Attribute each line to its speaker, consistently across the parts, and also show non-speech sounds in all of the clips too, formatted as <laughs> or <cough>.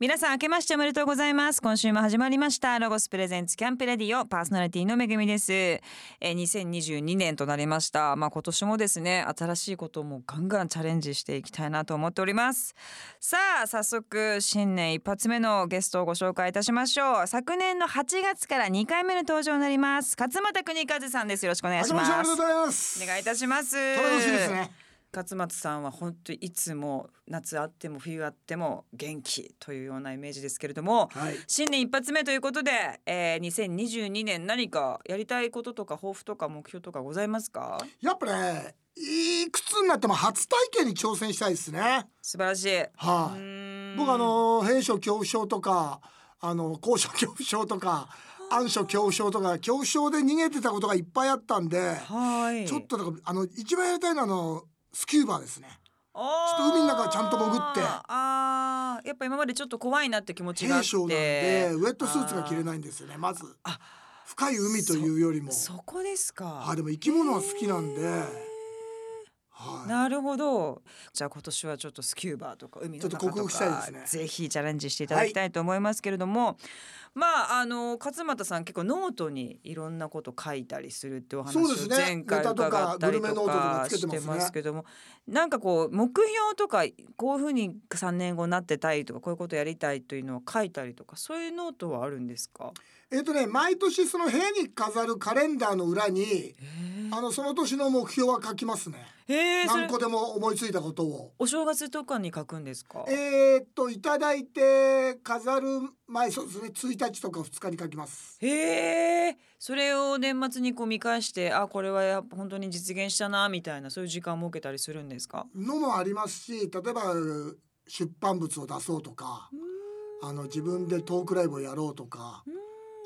Speaker 1: 皆さん明けましておめでとうございます今週も始まりましたロゴスプレゼンツキャンプレディオパーソナリティのめぐみですえー2022年となりましたまあ今年もですね新しいこともガンガンチャレンジしていきたいなと思っておりますさあ早速新年一発目のゲストをご紹介いたしましょう昨年の8月から2回目の登場になります勝俣邦和さんですよろしくお願いし
Speaker 2: 明
Speaker 1: ま
Speaker 2: け
Speaker 1: す
Speaker 2: ましておめでとうございます。
Speaker 1: お願いいたします
Speaker 2: 楽しいですね。
Speaker 1: 勝俣さんは本当にいつも夏あっても冬あっても元気というようなイメージですけれども
Speaker 2: はい。
Speaker 1: 新年一発目ということで、えー、2022年何かやりたいこととか抱負とか目標とかございますか
Speaker 2: やっぱね、いくつになっても初体験に挑戦したいですね。
Speaker 1: 素晴らしい、
Speaker 2: は
Speaker 1: う
Speaker 2: い。
Speaker 1: ーん
Speaker 2: 僕あの兵所恐怖症とか、あの高所恐怖症とか、暗所恐怖症とか、恐怖症で逃げてたことがいっぱいあったんで、
Speaker 1: はい
Speaker 2: ちょっとだからあの一番やりたいのはあのスキューバーですね。
Speaker 1: あー
Speaker 2: ちょっと海の中ちゃんと潜って
Speaker 1: あーやっぱ今までちょっと怖いなって気持ちがあっ
Speaker 2: 兵
Speaker 1: て
Speaker 2: 所なんでウェットスーツが着れないんですよね。まず
Speaker 1: あ
Speaker 2: 深い海というよりも、
Speaker 1: そこですか
Speaker 2: あでも生き物は好きなんで、はい。
Speaker 1: なるほどじゃあ今年はちょっとスキューバーとか海の中と
Speaker 2: ちょっ
Speaker 1: か
Speaker 2: と克服したいですね
Speaker 1: ぜひチャレンジしていただきたいと思いますけれども、まああの勝俣さん結構ノートにいろんなこと書いたりするってお話を
Speaker 2: そうですね
Speaker 1: 前回
Speaker 2: ネタと
Speaker 1: 伺
Speaker 2: か
Speaker 1: ったり
Speaker 2: グルメ
Speaker 1: と
Speaker 2: ノートと
Speaker 1: か
Speaker 2: かつけ
Speaker 1: して
Speaker 2: ます
Speaker 1: て
Speaker 2: ね
Speaker 1: ますけども、なんかこう目標とかこういうふうに3年後なってたいとかこういうことやりたいというのを書いたりとかそういうノートはあるんですか
Speaker 2: えっ、とね毎年その部屋に飾るカレンダーの裏にあのその年の目標は書きますね
Speaker 1: えー、それ
Speaker 2: 何個でも思いついたことを
Speaker 1: お正月とかに書くんですか
Speaker 2: えっといただいて飾る前そうですね1日とか2日に書きます
Speaker 1: へえそれを年末にこう見返してあこれはやっぱ本当に実現したなみたいなそういう時間を設けたりするんですか
Speaker 2: のもありますし例えば出版物を出そうとかあの自分でトークライブをやろうとか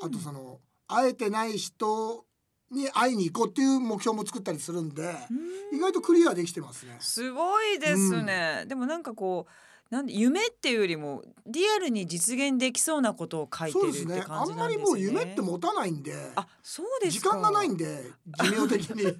Speaker 2: あとその会えてない人に会いに行こうっていう目標も作ったりするんで意外とクリアできてますね。
Speaker 1: すごいですね、でもなんかこうなんで夢っていうよりもリアルに実現できそうなことを書いて
Speaker 2: そう
Speaker 1: るっ
Speaker 2: です
Speaker 1: て
Speaker 2: ね。あ
Speaker 1: 感じ
Speaker 2: ん
Speaker 1: な
Speaker 2: ま
Speaker 1: んですね
Speaker 2: りもう夢って持たないんで、
Speaker 1: あそうです
Speaker 2: 時
Speaker 1: か
Speaker 2: 間がないんで寿命的に。
Speaker 1: <laughs>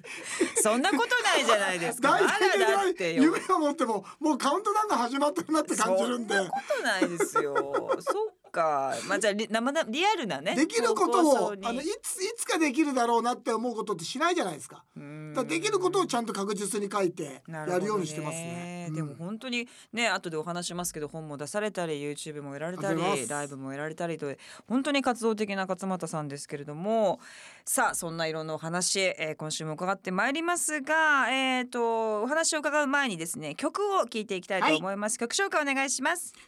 Speaker 1: そんなことないじゃないですかあ
Speaker 2: <laughs> 大
Speaker 1: ら
Speaker 2: 体ね
Speaker 1: だってよ
Speaker 2: 夢を持ってももうカウントダウンが始まってるなって感じるんで
Speaker 1: そんな、ことないですよそっかまあじゃあリ生なリアルなね
Speaker 2: できること
Speaker 1: 高
Speaker 2: を
Speaker 1: 校生に
Speaker 2: あのいついつかできるだろうなって思うことってしないじゃないですか。
Speaker 1: うん
Speaker 2: だからできることをちゃんと確実に書いて
Speaker 1: な
Speaker 2: や
Speaker 1: るほどね
Speaker 2: るようにしてますね。
Speaker 1: でも本当にね後でお話しますけど本も出されたり YouTube もやられたり
Speaker 2: ありがとうございます
Speaker 1: ライブもやられたりと本当に活動的な勝俣さんですけれどもさあそんないろんなお話、えー今週も伺ってまいりますが、えー、とお話を伺う前にですね曲を聴いていきたいと思います、曲紹介お願いします。
Speaker 2: うん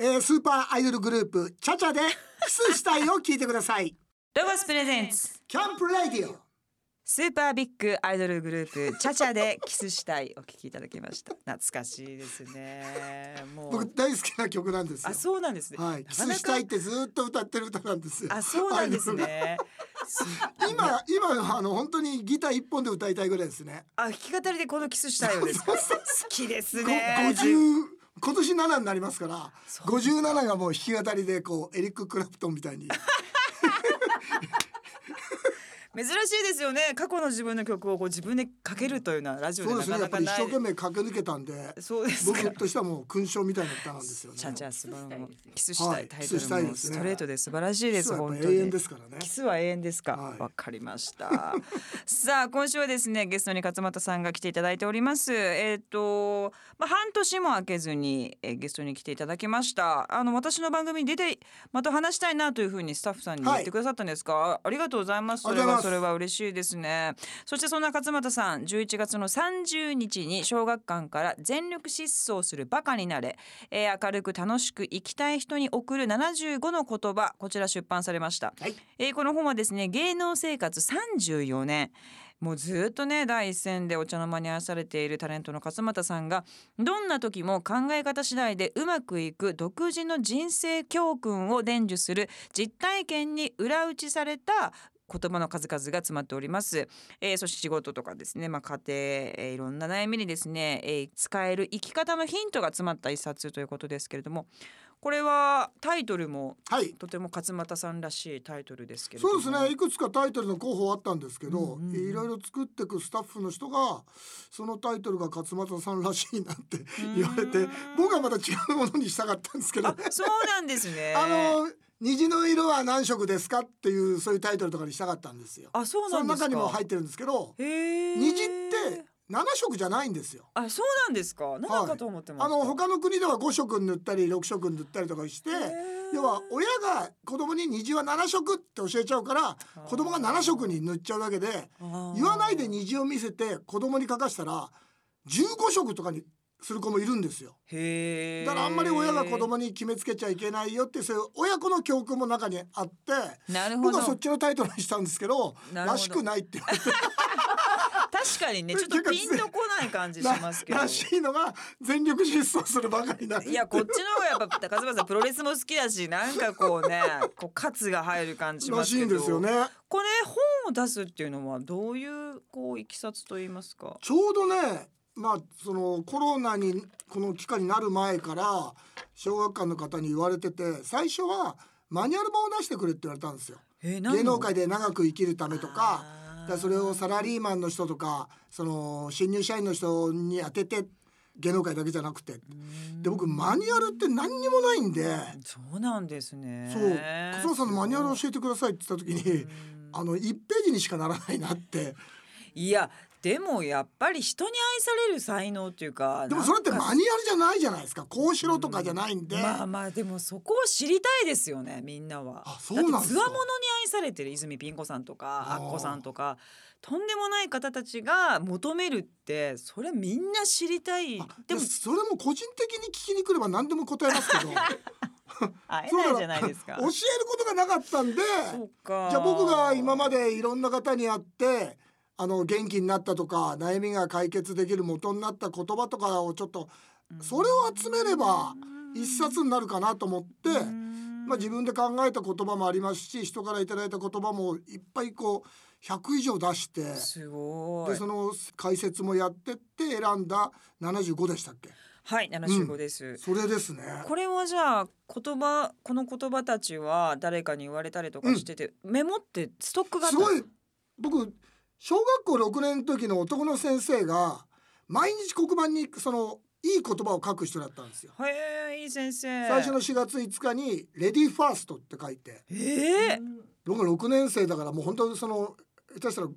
Speaker 2: えースーパーアイドルグループチャチャでキスしたいを聞いてく
Speaker 1: <laughs>
Speaker 2: ださい。
Speaker 1: ロゴスプレゼンツ
Speaker 2: キャンプレディオ。
Speaker 1: スーパービッグアイドルグループチャチャでキスしたいお聞きいただきました懐かしいですねも
Speaker 2: 僕
Speaker 1: う
Speaker 2: 大好きな曲なんですよ
Speaker 1: あ。そうなんですね、
Speaker 2: は
Speaker 1: な
Speaker 2: い、キ
Speaker 1: か
Speaker 2: ス
Speaker 1: な
Speaker 2: した
Speaker 1: か
Speaker 2: いってずーっと歌ってる歌なんで
Speaker 1: <laughs>
Speaker 2: すよ。
Speaker 1: あ、そうなんです
Speaker 2: アイドルが。
Speaker 1: ね。す
Speaker 2: 今、今、あの、本当にギター一本で歌いたいぐらいですね。
Speaker 1: あ、弾き語りでこのキスしたいようですか。好きです
Speaker 2: こ
Speaker 1: ね
Speaker 2: 五。十、今年七になりますから
Speaker 1: そ。う
Speaker 2: 五十七がもう弾き語りで、こう、エリッククラプトンみたいに。
Speaker 1: 珍しいですよね。過去の自分の曲をこう自分でかけるというのはラジオ
Speaker 2: そ
Speaker 1: で
Speaker 2: う
Speaker 1: な
Speaker 2: です
Speaker 1: かな
Speaker 2: ね、やっぱ
Speaker 1: か
Speaker 2: り一
Speaker 1: ない
Speaker 2: 生。懸命駆け抜けたんで。
Speaker 1: そうですか
Speaker 2: 僕。としてはもう勲章みたいな歌なんですよね。
Speaker 1: ちゃんちゃんすごいもうキスした
Speaker 2: はいい
Speaker 1: タイ
Speaker 2: キスし
Speaker 1: ト
Speaker 2: た
Speaker 1: ル
Speaker 2: い
Speaker 1: も
Speaker 2: です
Speaker 1: ス
Speaker 2: ね
Speaker 1: トレートです素晴らしいで
Speaker 2: キス
Speaker 1: す
Speaker 2: はやっ
Speaker 1: 本
Speaker 2: ぱ
Speaker 1: 当
Speaker 2: 永遠
Speaker 1: に
Speaker 2: で。すからね
Speaker 1: キ。スは永遠ですか。わ、
Speaker 2: はい
Speaker 1: かりました。 <laughs> さあ、今週はですね、ゲストに勝俣さんが来ていただいております。えっ、と、まあ、半年も空けずに、えーゲストに来ていただきました。あの、私の番組に出て、また話したいなというふうにスタッフさんに言
Speaker 2: はい
Speaker 1: ってくださったんですが、あありがとうございます。そ
Speaker 2: あり
Speaker 1: れ
Speaker 2: がとう
Speaker 1: は、そ
Speaker 2: ございます
Speaker 1: れは嬉しいですね。そして、そんな勝俣さん、11月の30日に小学館から全力疾走するバカになれ。えー明るく楽しく生きたい人に送る75の言葉、こちら出版されました。
Speaker 2: はい。
Speaker 1: えーこの本はですね芸能生活34年もうずっとね第一線でお茶の間に愛されているタレントの勝俣さんがどんな時も考え方次第でうまくいく独自の人生教訓を伝授する実体験に裏打ちされた言葉の数々が詰まっております、えーそして仕事とかですね、まあ、家庭、えーいろんな悩みにですね、えー使える生き方のヒントが詰まった一冊ということですけれどもこれはタイトルも
Speaker 2: はい
Speaker 1: とても勝俣さんらしいタイトルですけれど
Speaker 2: そ
Speaker 1: も
Speaker 2: うですねいくつかタイトルの候補はあったんですけど、
Speaker 1: うんうんうん
Speaker 2: いろいろ作っていくスタッフの人がそのタイトルが勝俣さんらしいなって
Speaker 1: ん
Speaker 2: 言われて僕はまた違うものにしたかったんですけどあ
Speaker 1: あそうなんです
Speaker 2: <laughs>
Speaker 1: ね
Speaker 2: の「虹の色は何色ですか?」っていうそういうタイトルとかにしたかったんですよ。
Speaker 1: あそう
Speaker 2: そ
Speaker 1: な
Speaker 2: の
Speaker 1: んですか
Speaker 2: 中にも入ってるんですけど
Speaker 1: へー
Speaker 2: 虹って7色じゃないんですよ。
Speaker 1: あそうなんですか何かと思ってました、
Speaker 2: あの他の国では5色塗ったり6色塗ったりとかして
Speaker 1: へー
Speaker 2: 要は親が子供に虹は7色って教えちゃうから子供が7色に塗っちゃうだけで言わないで虹を見せて子供に書かしたら15色とかにする子もいるんですよ。
Speaker 1: へー
Speaker 2: だからあんまり親が子供に決めつけちゃいけないよってそういう親子の教訓も中にあって
Speaker 1: なるほど
Speaker 2: 僕はそっちのタイトルにしたんですけど
Speaker 1: なるほど
Speaker 2: らしくないって言われて
Speaker 1: 確かにねちょっとピンとこない感じしますけど
Speaker 2: ららしいのが全力疾走するばかりなんで
Speaker 1: いやこっちの方がやっぱ高島さんプロレスも好きだしなんかこ
Speaker 2: <laughs>
Speaker 1: うねこう喝が入る感じしま
Speaker 2: ら
Speaker 1: すけ
Speaker 2: し
Speaker 1: ど
Speaker 2: いんですよね。
Speaker 1: これ本を出すっていうのはどういうこういきさつと言いますか
Speaker 2: ちょうどねまあそのコロナにこの期間になる前から小学館の方に言われてて最初はマニュアル本を出してくれって言われたんですよ。
Speaker 1: え
Speaker 2: 芸能界で長く生きるためとかだからそれをサラ
Speaker 1: ー
Speaker 2: リーマンの人とかその新入社員の人に当てて芸能界だけじゃなくてで僕マニュアルって何にもないんで
Speaker 1: そうなんですね
Speaker 2: そう笠原さんのマニュアルを教えてくださいって言った時に
Speaker 1: うん
Speaker 2: あの1ページにしかならないなって
Speaker 1: いやでもやっぱり人に愛される才能っていうか
Speaker 2: でもそれって
Speaker 1: なんか
Speaker 2: マニュアルじゃないじゃないですかこうしろとかじゃないんで。
Speaker 1: まあまあでもそこを知りたいですよねみんなは。
Speaker 2: あそうなんですか
Speaker 1: だって強者に愛されてる泉ピン子さんとかア
Speaker 2: あー
Speaker 1: ッコさんとかとんでもない方たちが求めるってそれみんな知りたい
Speaker 2: あ
Speaker 1: で
Speaker 2: で
Speaker 1: も
Speaker 2: もそれも個人的に聞きに来れば何でも答えます
Speaker 1: <laughs>
Speaker 2: けど
Speaker 1: 会え
Speaker 2: そう
Speaker 1: ないじ
Speaker 2: だ
Speaker 1: ゃないですか。
Speaker 2: 教えることがなかったんで
Speaker 1: そうか
Speaker 2: じゃあ僕が今までいろんな方に会ってあの元気になったとか悩みが解決できる元になった言葉とかをちょっとそれを集めれば一冊になるかなと思って、まあ、自分で考えた言葉もありますし人からいただいた言葉もいっぱいこう100以上出して
Speaker 1: すご
Speaker 2: で
Speaker 1: い
Speaker 2: その解説もやってって選んだ75でしたっけ
Speaker 1: はい75です。
Speaker 2: それですね。
Speaker 1: これはじゃあ言葉この言葉たちは誰かに言われたりとかしてて、メモってストックがあっ
Speaker 2: す
Speaker 1: た
Speaker 2: ごい僕小学校6年の時の男の先生が毎日黒板にそのいい言葉を書く人だったんですよ。
Speaker 1: へえいい先生
Speaker 2: 最初の4月5日に「レディーファースト」って書いて
Speaker 1: ええ
Speaker 2: 僕は6年生だからもう本当にその下手したら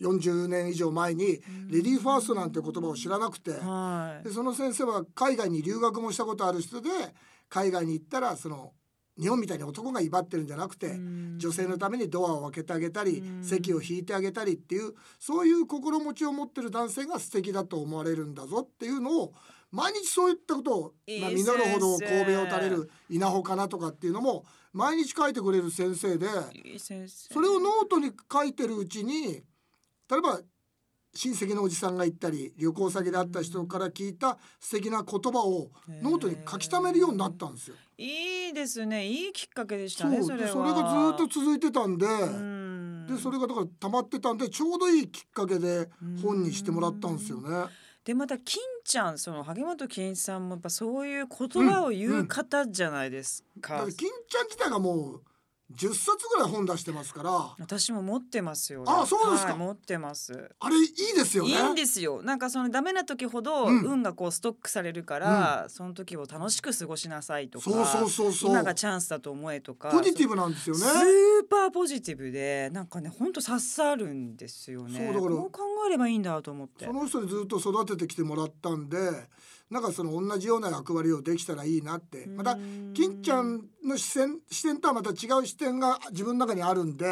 Speaker 2: 40年以上前に「レディーファースト」なんて言葉を知らなくて
Speaker 1: はい
Speaker 2: でその先生は海外に留学もしたことある人で海外に行ったらその日本みたいに男が威張ってるんじゃなくて女性のためにドアを開けてあげたり
Speaker 1: うん
Speaker 2: 席を引いてあげたりっていうそういう心持ちを持ってる男性が素敵だと思われるんだぞっていうのを毎日そういったことを、まあ、
Speaker 1: いい
Speaker 2: 実るほど
Speaker 1: 先
Speaker 2: 神
Speaker 1: 生
Speaker 2: 戸を垂れる稲穂かなとかっていうのも毎日書いてくれる先生で
Speaker 1: いい先生
Speaker 2: それをノートに書いてるうちに例えば親戚のおじさんが行ったり旅行先で会った人から聞いた素敵な言葉をノートに書き溜めるようになったんですよ。
Speaker 1: いいですねいいきっかけでした
Speaker 2: そ
Speaker 1: ね
Speaker 2: うで
Speaker 1: そ
Speaker 2: それ
Speaker 1: れ
Speaker 2: が
Speaker 1: は
Speaker 2: ずーっと続いてたんで。
Speaker 1: うん
Speaker 2: でそれがだから溜まってたんでちょうどいいきっかけで本にしてもらったんですよね。
Speaker 1: でまた金ちゃんその萩本欽一さんもやっぱそういう言葉を言う方じゃないです
Speaker 2: だ
Speaker 1: か、
Speaker 2: から金ちゃん自体がもう10冊ぐらい本出してますから
Speaker 1: 私も持ってますよ
Speaker 2: あそうですか
Speaker 1: はい持ってます
Speaker 2: あれいいですよ
Speaker 1: い
Speaker 2: ね。
Speaker 1: いんですよなんかそのダメな時ほど
Speaker 2: うん
Speaker 1: 運がこうストックされるから、その時を楽しく過ごしなさいとか
Speaker 2: そうそうそうそう
Speaker 1: 今がチャンスだと思えとか
Speaker 2: ポジティブなんですよね
Speaker 1: ス。ーパーポジティブでなんかねほんと刺さるんですよね
Speaker 2: そうだから
Speaker 1: こう考えればいいんだと思って
Speaker 2: その人にずっと育ててきてもらったんでなんかその同じような役割をできたらいいなってまた金ちゃんの視線視点とはまた違う視点が自分の中にあるんで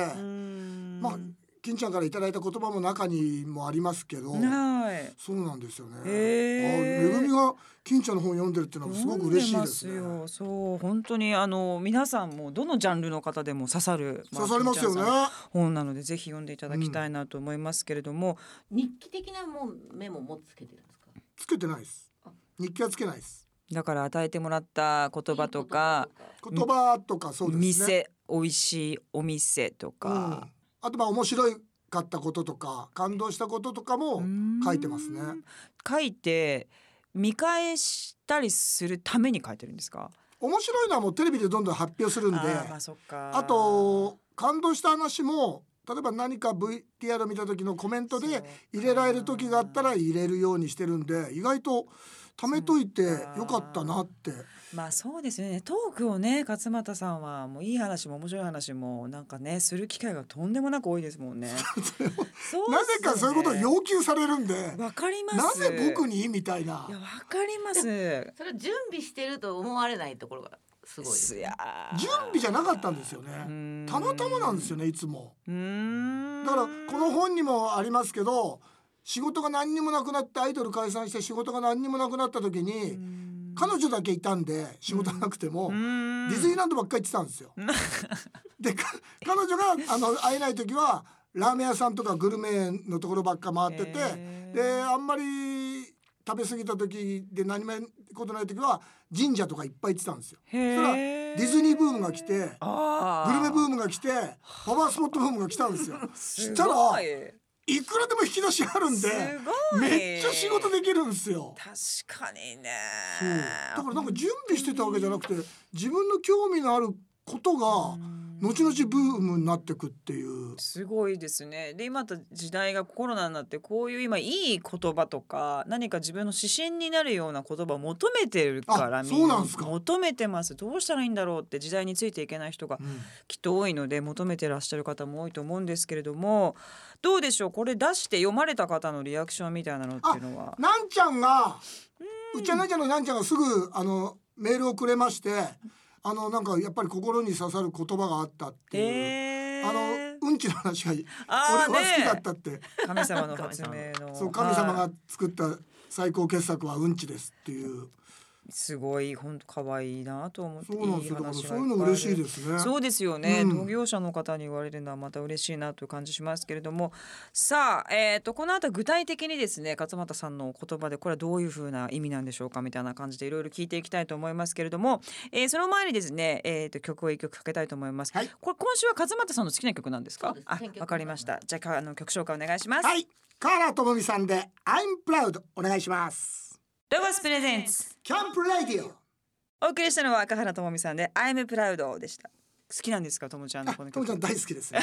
Speaker 2: ま
Speaker 1: ま
Speaker 2: あ金ちゃんからいただいた言葉も中にもありますけど。
Speaker 1: はい
Speaker 2: そうなんですよね。
Speaker 1: へー
Speaker 2: あめぐみが金ちゃんの本読んでるっていうのはすごく嬉しいですね。
Speaker 1: 読んまよそう本当にあの皆さんもどのジャンルの方でも刺さる、あ
Speaker 2: 刺されますよね
Speaker 1: 金ちゃん。さんの本なのでぜひ読んでいただきたいなと思いますけれども、
Speaker 3: 日記的なもうメモもつけてるんですか。
Speaker 2: つけてないです
Speaker 3: あ。
Speaker 2: 日記はつけないです。
Speaker 1: だから与えてもらった言葉とか
Speaker 3: いいこととか
Speaker 2: 言葉とかそうですね。
Speaker 1: 店美味しいお店とか、
Speaker 2: あとまあ面白かったこととか感動したこととかも書いてますね。
Speaker 1: うん書いて見返したりするために書いてるんですか。
Speaker 2: 面白いのはもうテレビでどんどん発表するんで
Speaker 1: あーま
Speaker 2: あ
Speaker 1: あそっか。
Speaker 2: と感動した話も例えば何か VTR を見た時のコメント
Speaker 1: そう
Speaker 2: で
Speaker 1: か
Speaker 2: 入れられる時があったら入れるようにしてるんで意外と貯めといてよかったなって
Speaker 1: まあそうですよねトークをね勝俣さんはもういい話も面白い話もなんかねする機会がとんでもなく多いですも
Speaker 2: <laughs>
Speaker 1: んね。そう
Speaker 2: な
Speaker 1: で
Speaker 2: ぜ
Speaker 1: すよね
Speaker 2: かそういうことを要求されるんで
Speaker 1: わかりま
Speaker 2: な
Speaker 1: す。
Speaker 2: ぜ僕
Speaker 1: に
Speaker 2: にみたいない
Speaker 1: やわかります。
Speaker 3: それを準備してると思われないところがすごいです
Speaker 1: いやー
Speaker 2: 準備じゃなかったんですよ
Speaker 1: う
Speaker 2: ね
Speaker 1: ーん
Speaker 2: たまたまなんですよねいつも
Speaker 1: うーん
Speaker 2: だからこの本にもありますけど仕事が何にもなくなってアイドル解散して仕事が何にもなくなった時に、彼女だけいたんで仕事なくても、ディズニーランドばっかり行ってたんですよ。 <laughs> でか彼女があの会えない時はラーメン屋さんとかグルメのところばっか回ってて、
Speaker 1: へー
Speaker 2: であんまり食べ過ぎた時で何もやることない時は神社とかいっぱい行ってたんですよ。
Speaker 1: へー
Speaker 2: そしたらディズニーブームが来てグルメ
Speaker 1: あ
Speaker 2: ブー
Speaker 1: ム
Speaker 2: ムが来てパワースポットブームが来たんですよ。
Speaker 1: し
Speaker 2: したら
Speaker 1: す
Speaker 2: いくらでも引き出しあるんで
Speaker 1: ごい
Speaker 2: めっちゃ仕事できるんですよ。
Speaker 1: 確かにね
Speaker 2: そうだからなんか準備してたわけじゃなくて自分の興味のあることが後々ブームになってくっていう
Speaker 1: すごいですねで今と時代がコロナになってこういう今いい言葉とか何か自分の指針になるような言葉を求めてるから
Speaker 2: あ
Speaker 1: み
Speaker 2: そうなんですか
Speaker 1: 求めてますどうしたらいいんだろうって時代についていけない人がきっと多いので求めてらっしゃる方も多いと思うんですけれどもどうでしょうこれ出して読まれた方のリアクションみたいなのっていうのは。
Speaker 2: なんちゃんがうちはなんちゃんのなんちゃんがすぐあのメールをくれましてあのなんかやっぱり心に刺さる言葉があったっていう、
Speaker 1: え
Speaker 2: あのうんちの話が俺
Speaker 1: あ
Speaker 2: は
Speaker 1: ー
Speaker 2: 好
Speaker 1: ね
Speaker 2: きだったって
Speaker 1: 神様の発明 <laughs> の
Speaker 2: そう神様
Speaker 1: は
Speaker 2: が作った最高傑作はうんちですっていう
Speaker 1: いすごい本当可愛いなと思って
Speaker 2: そうなんですよだから
Speaker 1: 話
Speaker 2: そ
Speaker 1: が
Speaker 2: う
Speaker 1: っ
Speaker 2: い
Speaker 1: ぱ
Speaker 2: うの嬉しいですね。
Speaker 1: そうですよね、
Speaker 2: うん
Speaker 1: 同業者の方に言われるのはまた嬉しいなという感じしますけれどもさあ、えー、とこの後具体的にですね勝俣さんのお言葉でこれはどういうふうな意味なんでしょうかみたいな感じでいろいろ聞いていきたいと思いますけれども、えーその前にですね、えー、と曲を一曲かけたいと思います、
Speaker 2: はい
Speaker 1: これ今週は勝俣さんの好きな曲なんですか
Speaker 3: そうです
Speaker 1: あ
Speaker 3: 選曲
Speaker 1: わかりましたじゃあかあの曲紹介お願いします、
Speaker 2: はい、カーラともみさんで I'm proud お願いします。
Speaker 1: ロゴスプレゼンツ
Speaker 2: キャンプラディオ。
Speaker 1: お送りしたのは赤原智美さんで I'm proud でした好きなんですかともちゃんのこの
Speaker 2: ともちゃん
Speaker 1: 曲
Speaker 2: 大好きですね。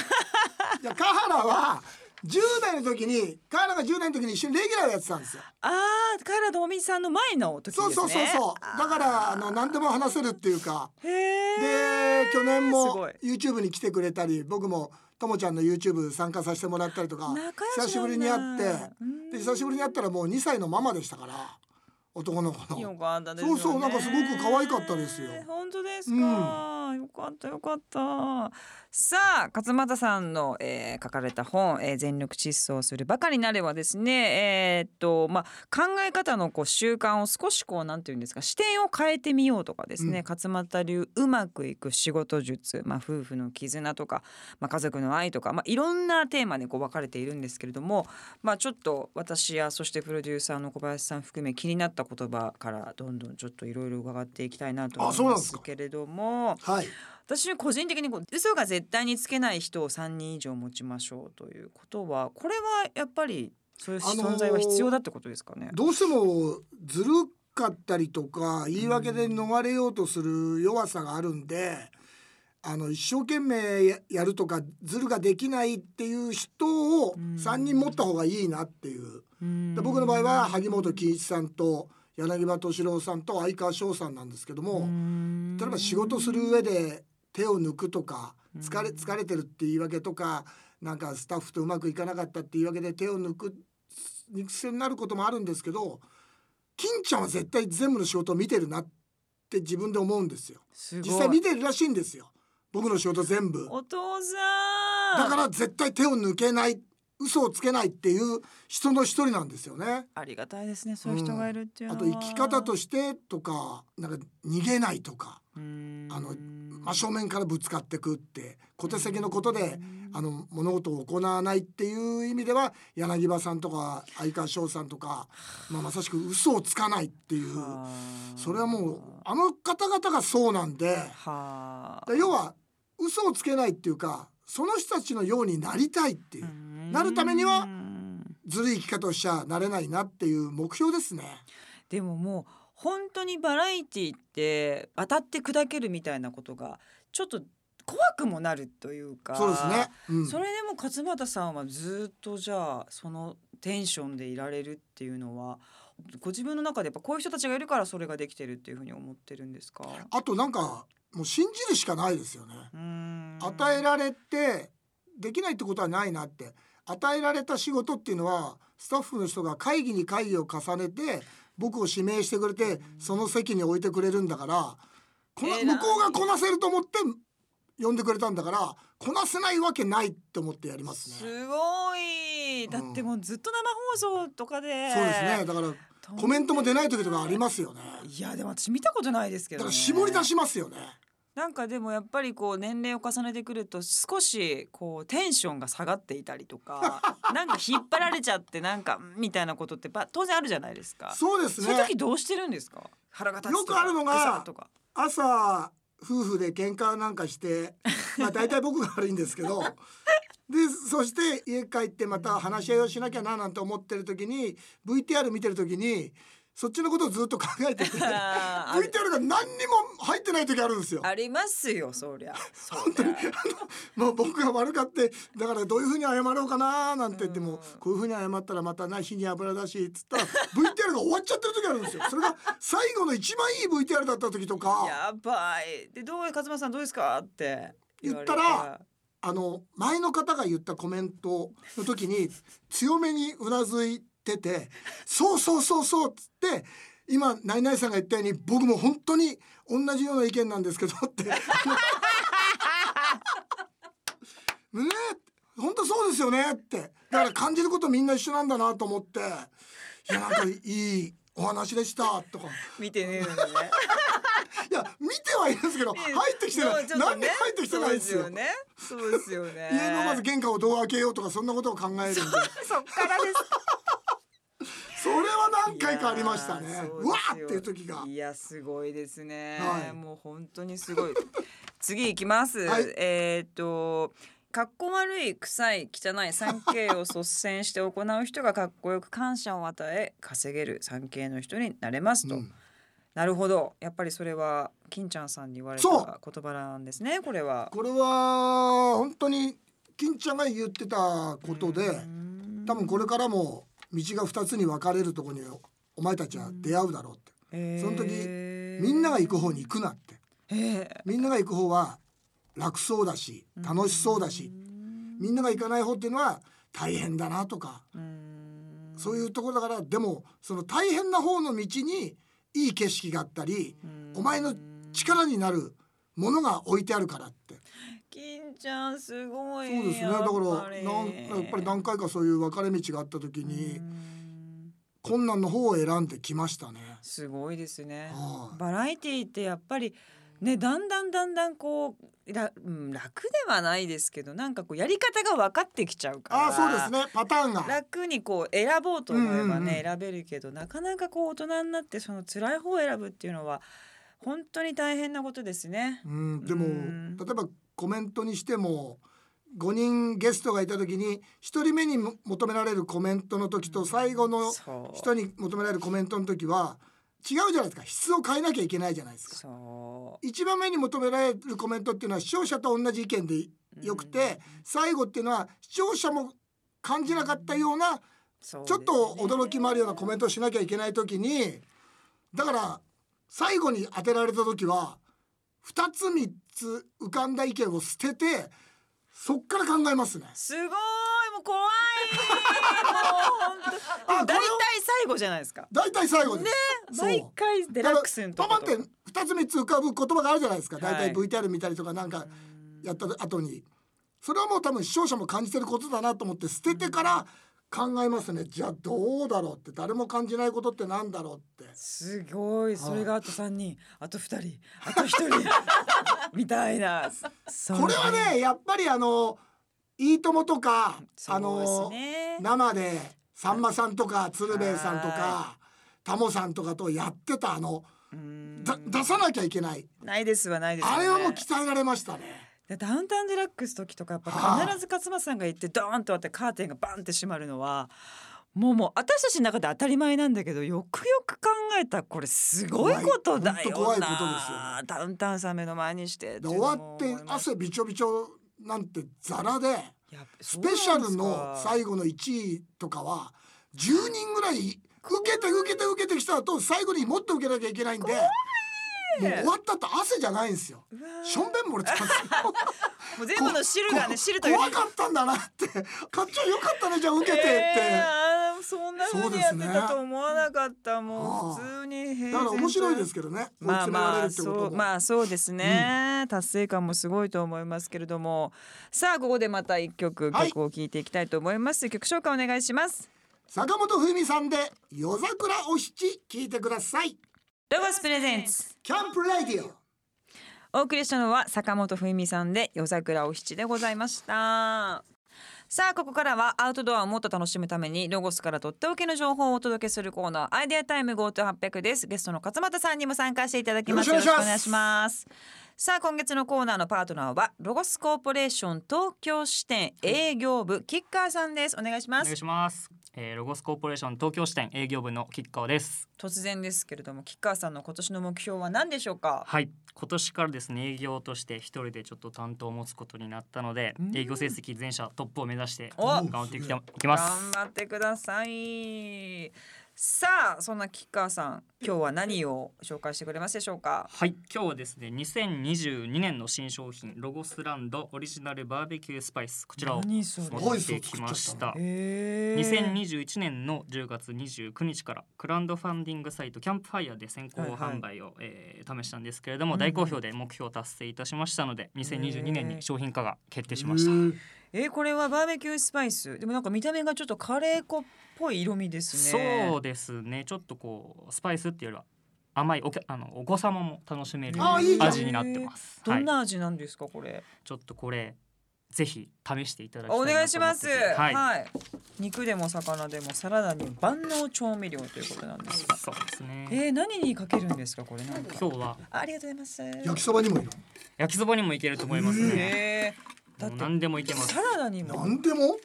Speaker 2: じゃあカハラは10代の時にカハラが10代の時に一緒にレギュラーをやってたんですよ。
Speaker 1: ああ赤原智美さんの前の時です
Speaker 2: そう
Speaker 1: ね
Speaker 2: そうそうそう。だからあの何でも話せるっていうか。
Speaker 1: へえ
Speaker 2: で去年
Speaker 1: す
Speaker 2: も
Speaker 1: ごい
Speaker 2: YouTube に来てくれたり僕もともちゃんの YouTube 参加させてもらったりとか
Speaker 1: 仲良しなんだ
Speaker 2: 久しぶりに会って
Speaker 1: うん
Speaker 2: で久しぶりに会ったらもう2歳のママでしたから男の子
Speaker 1: よ
Speaker 2: の。
Speaker 1: かったですよね
Speaker 2: そうそうなんかすごく可愛かったですよ
Speaker 1: 本当ですか、よかったよかったさあ勝俣さんの、えー書かれた本、えー全力疾走するばかりなれはですねえーっとまあ考え方のこう習慣を少しこうなんていうんですか視点を変えてみようとかですね、
Speaker 2: うん
Speaker 1: 勝俣流うまくいく仕事術まあ夫婦の絆とかまあ家族の愛とかまあいろんなテーマでこう分かれているんですけれどもまあちょっと私やそしてプロデューサーの小林さん含め気になった言葉からどんどんちょっといろいろ伺っていきたいなと思
Speaker 2: あ
Speaker 1: い
Speaker 2: そう
Speaker 1: ま
Speaker 2: なんです
Speaker 1: す
Speaker 2: か
Speaker 1: けれども
Speaker 2: はい。
Speaker 1: 私個人的にこう嘘が絶対につけない人を3人以上持ちましょうということはこれはやっぱりそういう存在は必要だってことですかね。
Speaker 2: どうしてもずるかったりとか言い訳で逃れようとする弱さがあるんで、あの一生懸命ややるとかずるができないっていう人を
Speaker 1: うん
Speaker 2: 3人持った方がいいなっていう、で僕の場合は萩本欽一さんと柳葉敏郎さんと相川翔さんなんですけども、例えば仕事する上で手を抜くとか疲れ疲れてるって言い訳とかなんかスタッフとうまくいかなかったって言い訳で手を抜く肉声になることもあるんですけど金ちゃんは絶対全部の仕事を見てるなって自分で思うんですよ
Speaker 1: す
Speaker 2: 実
Speaker 1: ご
Speaker 2: 際
Speaker 1: い
Speaker 2: 見てるらしいんですよ僕の仕事全部
Speaker 1: お父さん
Speaker 2: だから絶対手を抜けない嘘をつけないっていう人の一人なんですよね
Speaker 1: ありがたいですねそういう人がいるっていう
Speaker 2: あ
Speaker 1: のは、
Speaker 2: と生き方としてとかなんか逃げないとか
Speaker 1: うーん
Speaker 2: あの真正面からぶつかってくって小手先のことであの物事を行わないっていう意味では柳葉さんとか相川翔さんとか、まあ、まさしく嘘をつかないっていう
Speaker 1: はあ
Speaker 2: それはもうあの方々がそうなんで
Speaker 1: はあ
Speaker 2: で要は嘘をつけないっていうかその人たちのようになりたいっていう、なるためには
Speaker 1: うん
Speaker 2: ずるい生き方をしちゃなれないなっていう目標ですね。
Speaker 1: でももう本当にバラエティって当たって砕けるみたいなことがちょっと怖くもなるというか
Speaker 2: そうですね。うん、
Speaker 1: それでも勝俣さんはずっとじゃあそのテンションでいられるっていうのはご自分の中でやっぱこういう人たちがいるからそれができてるっていうふうに思ってるんですか
Speaker 2: あとなんかもう信じるしかないですよね。与
Speaker 1: 与
Speaker 2: えられてできないってことはないなって与えられた仕事っていうのはスタッフの人が会議に会議を重ねて僕を指名してくれてその席に置いてくれるんだからこな
Speaker 1: 偉い
Speaker 2: 向こうがこなせると思って呼んでくれたんだからこなせないわけないって思ってやりますね。
Speaker 1: すごいだってもうずっと生放送とかで、
Speaker 2: そうですねだからコメントも出ない時とかあり
Speaker 1: ま
Speaker 2: ますよね。
Speaker 1: いやでも私見たことないですけ
Speaker 2: だ
Speaker 1: ど、
Speaker 2: か
Speaker 1: ね、
Speaker 2: ら絞り出しますよね。
Speaker 1: なんかでもやっぱりこう年齢を重ねてくると少しこうテンションが下がっていたりと
Speaker 2: <laughs>
Speaker 1: かなんか引っ張られちゃってなんかみたいなことってば当然あるじゃないですか
Speaker 2: そうですね。
Speaker 1: そういう時どうしてるんですか腹が立つとか
Speaker 2: よくあるのが
Speaker 1: ぐさっと
Speaker 2: <laughs>
Speaker 1: か
Speaker 2: 朝夫婦で喧嘩なんかしてまあ大体僕が悪いんですけどでそして家帰ってまた話し合いをしなきゃななんて思ってる時に VTR 見てる時にそっちのことをずっと考え
Speaker 1: <laughs>
Speaker 2: てて VTR
Speaker 1: あーある
Speaker 2: が何にも入ってない時あるんですよ。
Speaker 1: ありますよそりゃ本当に
Speaker 2: もう僕が悪かってだからどういうふうに謝ろうかななんて言って
Speaker 1: うん
Speaker 2: もこういうふうに謝ったらまたな火に油だしっつったら VTR が終わっちゃってる時あるんですよ。それが最後の一番いい VTR だった時とか。
Speaker 1: やばいでどう勝間さんどうですかってわれ
Speaker 2: 言ったらあの前の方が言ったコメントの時に強めにうなずいてて「そうそうそうそう」っつって今ナイナイさんが言ったように僕も本当に同じような意見なんですけどって。ね本当そうですよねってだから感じることみんな一緒なんだなと思って「いやなんかいいお話でした」とか
Speaker 1: 見てねえの
Speaker 2: <laughs>
Speaker 1: にね
Speaker 2: いや見てはいるんですけど入ってきてない、
Speaker 1: もうちょっと
Speaker 2: なんで入ってきてないんですよ
Speaker 1: そうですよねそうですよね
Speaker 2: 家のまず玄関をどう開けようとかそんなことを考えるんで
Speaker 1: そっからです
Speaker 2: それは何回かありましたね
Speaker 1: いやーそうですよ
Speaker 2: うわーっていう時が
Speaker 1: いやすごいですね、
Speaker 2: はい
Speaker 1: もう本当にすごい次行きます、
Speaker 2: はい
Speaker 1: えーっとかっこ悪い臭い汚い産経を率先して行う人がかっこよく感謝を与え稼げる産経の人になれますと、
Speaker 2: うん
Speaker 1: なるほどやっぱりそれは金ちゃんさんに言われた
Speaker 2: そう
Speaker 1: 言葉なんですねこれは
Speaker 2: これは本当に金ちゃんが言ってたことで多分これからも道が2つに分かれるところにお前たちは出会うだろうって
Speaker 1: れ
Speaker 2: その時みんなが行く方に行くなって
Speaker 1: えー
Speaker 2: みんなが行く方は楽そうだし楽しそうだしみんなが行かない方っていうのは大変だなとか
Speaker 1: うん
Speaker 2: そういうところだからでもその大変な方の道にいい景色があったりお前の力になるものが置いてあるからって
Speaker 1: 金ちゃんすご
Speaker 2: そう
Speaker 1: い
Speaker 2: ですねだからなんやっぱり何回かそういう分かれ道があった時に
Speaker 1: うん
Speaker 2: 困難の方を選んできましたね。
Speaker 1: すごいですね
Speaker 2: はい
Speaker 1: バラエティってやっぱりねだんだんだんだんこうらうん楽ではないですけどなんかこうやり方が分かってきちゃうから
Speaker 2: ああそうですねパターンが
Speaker 1: 楽にこう選ぼうと思えばね、
Speaker 2: うんうんうん
Speaker 1: 選べるけどなかなかこう大人になってその辛い方を選ぶっていうのは本当に大変なことですね。
Speaker 2: うんでも
Speaker 1: うん
Speaker 2: 例えばコメントにしても5人ゲストがいた時に1人目にも求められるコメントの時と最後の
Speaker 1: そう
Speaker 2: 人に求められるコメントの時は違うじゃないですか質を変えなきゃいけないじゃないですか
Speaker 1: そ
Speaker 2: 一番目に求められるコメントっていうのは視聴者と同じ意見で
Speaker 1: う
Speaker 2: よくて最後っていうのは視聴者も感じなかったような
Speaker 1: ちょ
Speaker 2: ちょっと驚きもあるようなコメントをしなきゃいけない時にだから最後に当てられた時は2つ3つ浮かんだ意見を捨ててそっから考えますね。
Speaker 1: すごいもう怖いもう本当でも大体
Speaker 2: あこれを
Speaker 1: 最後じゃないですか
Speaker 2: 大体最後です、そう
Speaker 1: 毎回デラックスのと
Speaker 2: だ
Speaker 1: こ
Speaker 2: か
Speaker 1: と
Speaker 2: らパパって2つ3つ浮かぶ言葉があるじゃないですか
Speaker 1: はい
Speaker 2: 大体 VTR 見たりとかなんかやった後にそれはもう多分視聴者も感じてることだなと思って捨ててから考えますねじゃあどうだろうって誰も感じないことってなんだろうって
Speaker 1: すごいそれがあと三人あと二人あと一
Speaker 2: <laughs>
Speaker 1: 人みたいなそ
Speaker 2: これはねやっぱりあの「いいとも」とか、
Speaker 1: そう
Speaker 2: あ
Speaker 1: です
Speaker 2: の
Speaker 1: ね
Speaker 2: 生でさんまさんとか鶴瓶さんとかタモさんとかとやってたあの
Speaker 1: うん
Speaker 2: だ出さなきゃいけない
Speaker 1: ないですはないですよ
Speaker 2: あ
Speaker 1: ね
Speaker 2: れはもう鍛えられましたね。
Speaker 1: でダウンタウンデラックス時とかやっぱ
Speaker 2: はあ
Speaker 1: 必ず勝間さんが行ってドーンと割ってカーテンがバンって閉まるのはもうもう私たちの中で当たり前なんだけどよくよく考えたらこれすごいことだよな
Speaker 2: 怖いほんと怖いことですよね
Speaker 1: ダウンタウンさん目の前にして
Speaker 2: で終わって汗びちょびちょなんてザラでスペシャルの最後の1位とかは10人ぐらい受けて受けて受けてきた後最後にもっと受けなきゃいけないんでもう終わった後汗じゃないんですよ。しょんべんもれちゃうんですよ
Speaker 1: もう全部の汁がね汁という
Speaker 2: 怖かったんだなって <laughs> 「かっちょよかったねじゃあ受けて」って、
Speaker 1: えーあーそんな風にやって
Speaker 2: そ
Speaker 1: た
Speaker 2: うですね
Speaker 1: と思わなかったもう
Speaker 2: ああ
Speaker 1: 普通に平然
Speaker 2: だから面白いです
Speaker 1: け
Speaker 2: けどね追い
Speaker 1: まあ
Speaker 2: 詰めら
Speaker 1: ま
Speaker 2: れ
Speaker 1: あ
Speaker 2: るって
Speaker 1: そ
Speaker 2: こと
Speaker 1: う
Speaker 2: も、
Speaker 1: まあそうですね、達成感もすごいと思いますけれどもさあここでまた一曲
Speaker 2: はい
Speaker 1: 曲を聴いていきたいと思います、曲紹介お願いします
Speaker 2: 坂本冬美さんで「夜桜お七」聞いてください
Speaker 1: ロゴスプレゼンツ
Speaker 2: キャンプレディオ
Speaker 1: お送りしたのは坂本冬美さんで夜桜お七でございましたさあここからはアウトドアをもっと楽しむためにロゴスからとっておきの情報をお届けするコーナーアイデアタイム GoTo800 ですゲストの勝俣さんにも参加していただきますよ
Speaker 2: よ
Speaker 1: ろ
Speaker 2: ろ
Speaker 1: しく
Speaker 2: しく
Speaker 1: お
Speaker 2: お
Speaker 1: 願
Speaker 2: 願
Speaker 1: い
Speaker 2: い
Speaker 1: し
Speaker 2: し
Speaker 1: ますさあ今月のコーナーのパートナーはロゴスコーポレーション東京支店営業部キッカーさんですお願いし
Speaker 4: お
Speaker 1: ま
Speaker 4: 願い
Speaker 1: す
Speaker 4: します、えー、ロゴスコーポレーション東京支店営業部の吉川です
Speaker 1: 突然ですけれどもキッカーさんの今年の目標は何でしょうか
Speaker 4: はい今年からですね営業として一人でちょっと担当を持つことになったので
Speaker 1: うん
Speaker 4: 営業成績全社トップを目指して
Speaker 1: お
Speaker 4: 頑張っていきたいきま
Speaker 1: 頑
Speaker 4: す
Speaker 1: 張ってくださいさあそんな吉川さん今日は何を紹介してくれますでしょうか
Speaker 4: はい今日はですね2022年の新商品ロゴスランドオリジナルバーベキュースパイスこちらを
Speaker 1: 何それ
Speaker 4: 持ってきました
Speaker 1: え
Speaker 4: 2021年の10月29日からクラウドファンディングサイトキャンプファイヤーで先行販売を、えー試したんですけれども、
Speaker 1: うん
Speaker 4: 大好評で目標を達成いたしましたので2022年
Speaker 1: へー
Speaker 4: に商品化が決定しました、
Speaker 1: えーこれはバーベキュースパイスでもなんか見た目がちょっとカレー粉っぽい色味ですね
Speaker 4: そうですねちょっとこうスパイスっていうよりは甘いおけあのお子様も楽しめる
Speaker 2: あいいじゃん
Speaker 4: 味になってます
Speaker 1: どん
Speaker 4: はい、
Speaker 1: な味なんですかこれ、
Speaker 4: ちょっとこれぜひ試していただきたい
Speaker 1: お
Speaker 4: なと思ってて
Speaker 1: 願いしますは、
Speaker 4: はいい、
Speaker 1: 肉でも魚でもサラダに万能調味料ということなんですが
Speaker 4: そうですね、
Speaker 1: えー、何にかけるんですかこれなんか
Speaker 4: 今日は
Speaker 1: ありがとうございます
Speaker 2: 焼きそばにもいる
Speaker 4: 焼きそばにもいけると思いますね、
Speaker 1: えー、だっ
Speaker 4: もう
Speaker 1: て
Speaker 4: 何でもいけます
Speaker 1: サラダにも
Speaker 2: なんでも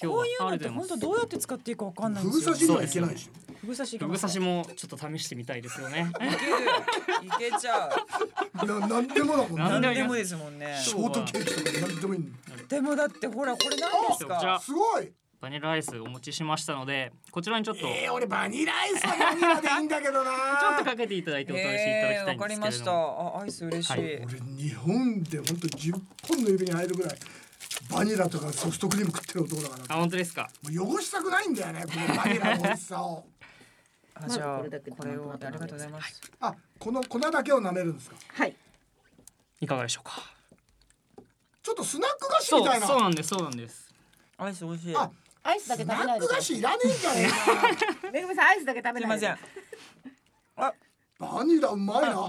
Speaker 4: 今日
Speaker 1: こ
Speaker 4: は
Speaker 1: ういうのっ
Speaker 4: あ
Speaker 1: て
Speaker 4: る
Speaker 1: 本当どうやって使っていいかわかんないん
Speaker 2: ふ
Speaker 1: ですよ。
Speaker 2: ぐ刺しにはいけないでしょ
Speaker 1: ふぐ刺しいけ
Speaker 4: ふ
Speaker 1: ま
Speaker 4: ぐ
Speaker 1: すか。
Speaker 4: 刺しもちょっと試してみたいです
Speaker 2: <laughs>
Speaker 4: よね。
Speaker 1: いける。いけちゃう。
Speaker 2: ななんでもだもん
Speaker 4: な
Speaker 1: 何
Speaker 4: ん
Speaker 2: ね
Speaker 4: でも
Speaker 1: でもですもんね。
Speaker 2: ショートケーキとかなんでもいいんだ
Speaker 1: でもだってほらこれ何です
Speaker 4: こ
Speaker 1: か
Speaker 4: ち。
Speaker 1: ら
Speaker 2: すごい
Speaker 4: バニラアイスお持ちしましたので、こちらにちょっと、
Speaker 2: えー、俺バニラアイスはバニラでいいんだけどな
Speaker 4: ちょっとかけていただいてお試しいただきたい
Speaker 1: わ
Speaker 4: ん
Speaker 1: かり
Speaker 4: で
Speaker 1: ますした。
Speaker 4: けれども。
Speaker 1: あアイス嬉しい。
Speaker 4: はい
Speaker 2: 俺日本でほんと10本の指に入るぐらいバニラとかソフトクリーム食ってる男だから
Speaker 4: あ、本当ですか。
Speaker 2: もう汚したくないんだよねこのバニラの美味しさ
Speaker 4: <laughs>
Speaker 2: を
Speaker 1: あじゃあ
Speaker 3: まずこれだけ
Speaker 1: これをあ
Speaker 3: トマト
Speaker 1: りがとうございます。
Speaker 2: あこの粉だけを舐めるんですか
Speaker 3: はい。
Speaker 4: いかがでしょうか。
Speaker 2: ちょっとスナック菓子
Speaker 4: そ
Speaker 2: みた
Speaker 4: う、
Speaker 2: いな
Speaker 4: そうなんです、そうなんです。
Speaker 1: アイス美味しい。
Speaker 2: あ
Speaker 3: アイスだけ
Speaker 2: ス
Speaker 3: 食べな
Speaker 2: ナ
Speaker 3: い
Speaker 2: ック
Speaker 3: でくだ
Speaker 2: 菓
Speaker 3: さ
Speaker 2: 子いらねえんじゃね
Speaker 3: い。めぐみさんアイスだけ食
Speaker 1: す
Speaker 3: べ
Speaker 1: い
Speaker 3: な
Speaker 1: ま
Speaker 3: い
Speaker 1: せ
Speaker 3: で。
Speaker 1: ん。あ
Speaker 2: えかバニラうまい
Speaker 4: <laughs>
Speaker 2: な